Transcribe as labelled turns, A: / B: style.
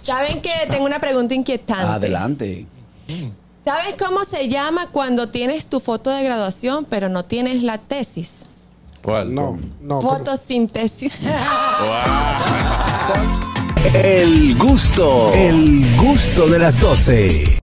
A: ¿Saben que Tengo una pregunta inquietante.
B: Adelante.
A: ¿Sabes cómo se llama cuando tienes tu foto de graduación, pero no tienes la tesis?
C: ¿Cuál?
D: No, no.
A: Fotosíntesis.
C: Wow.
E: El gusto, el gusto de las 12.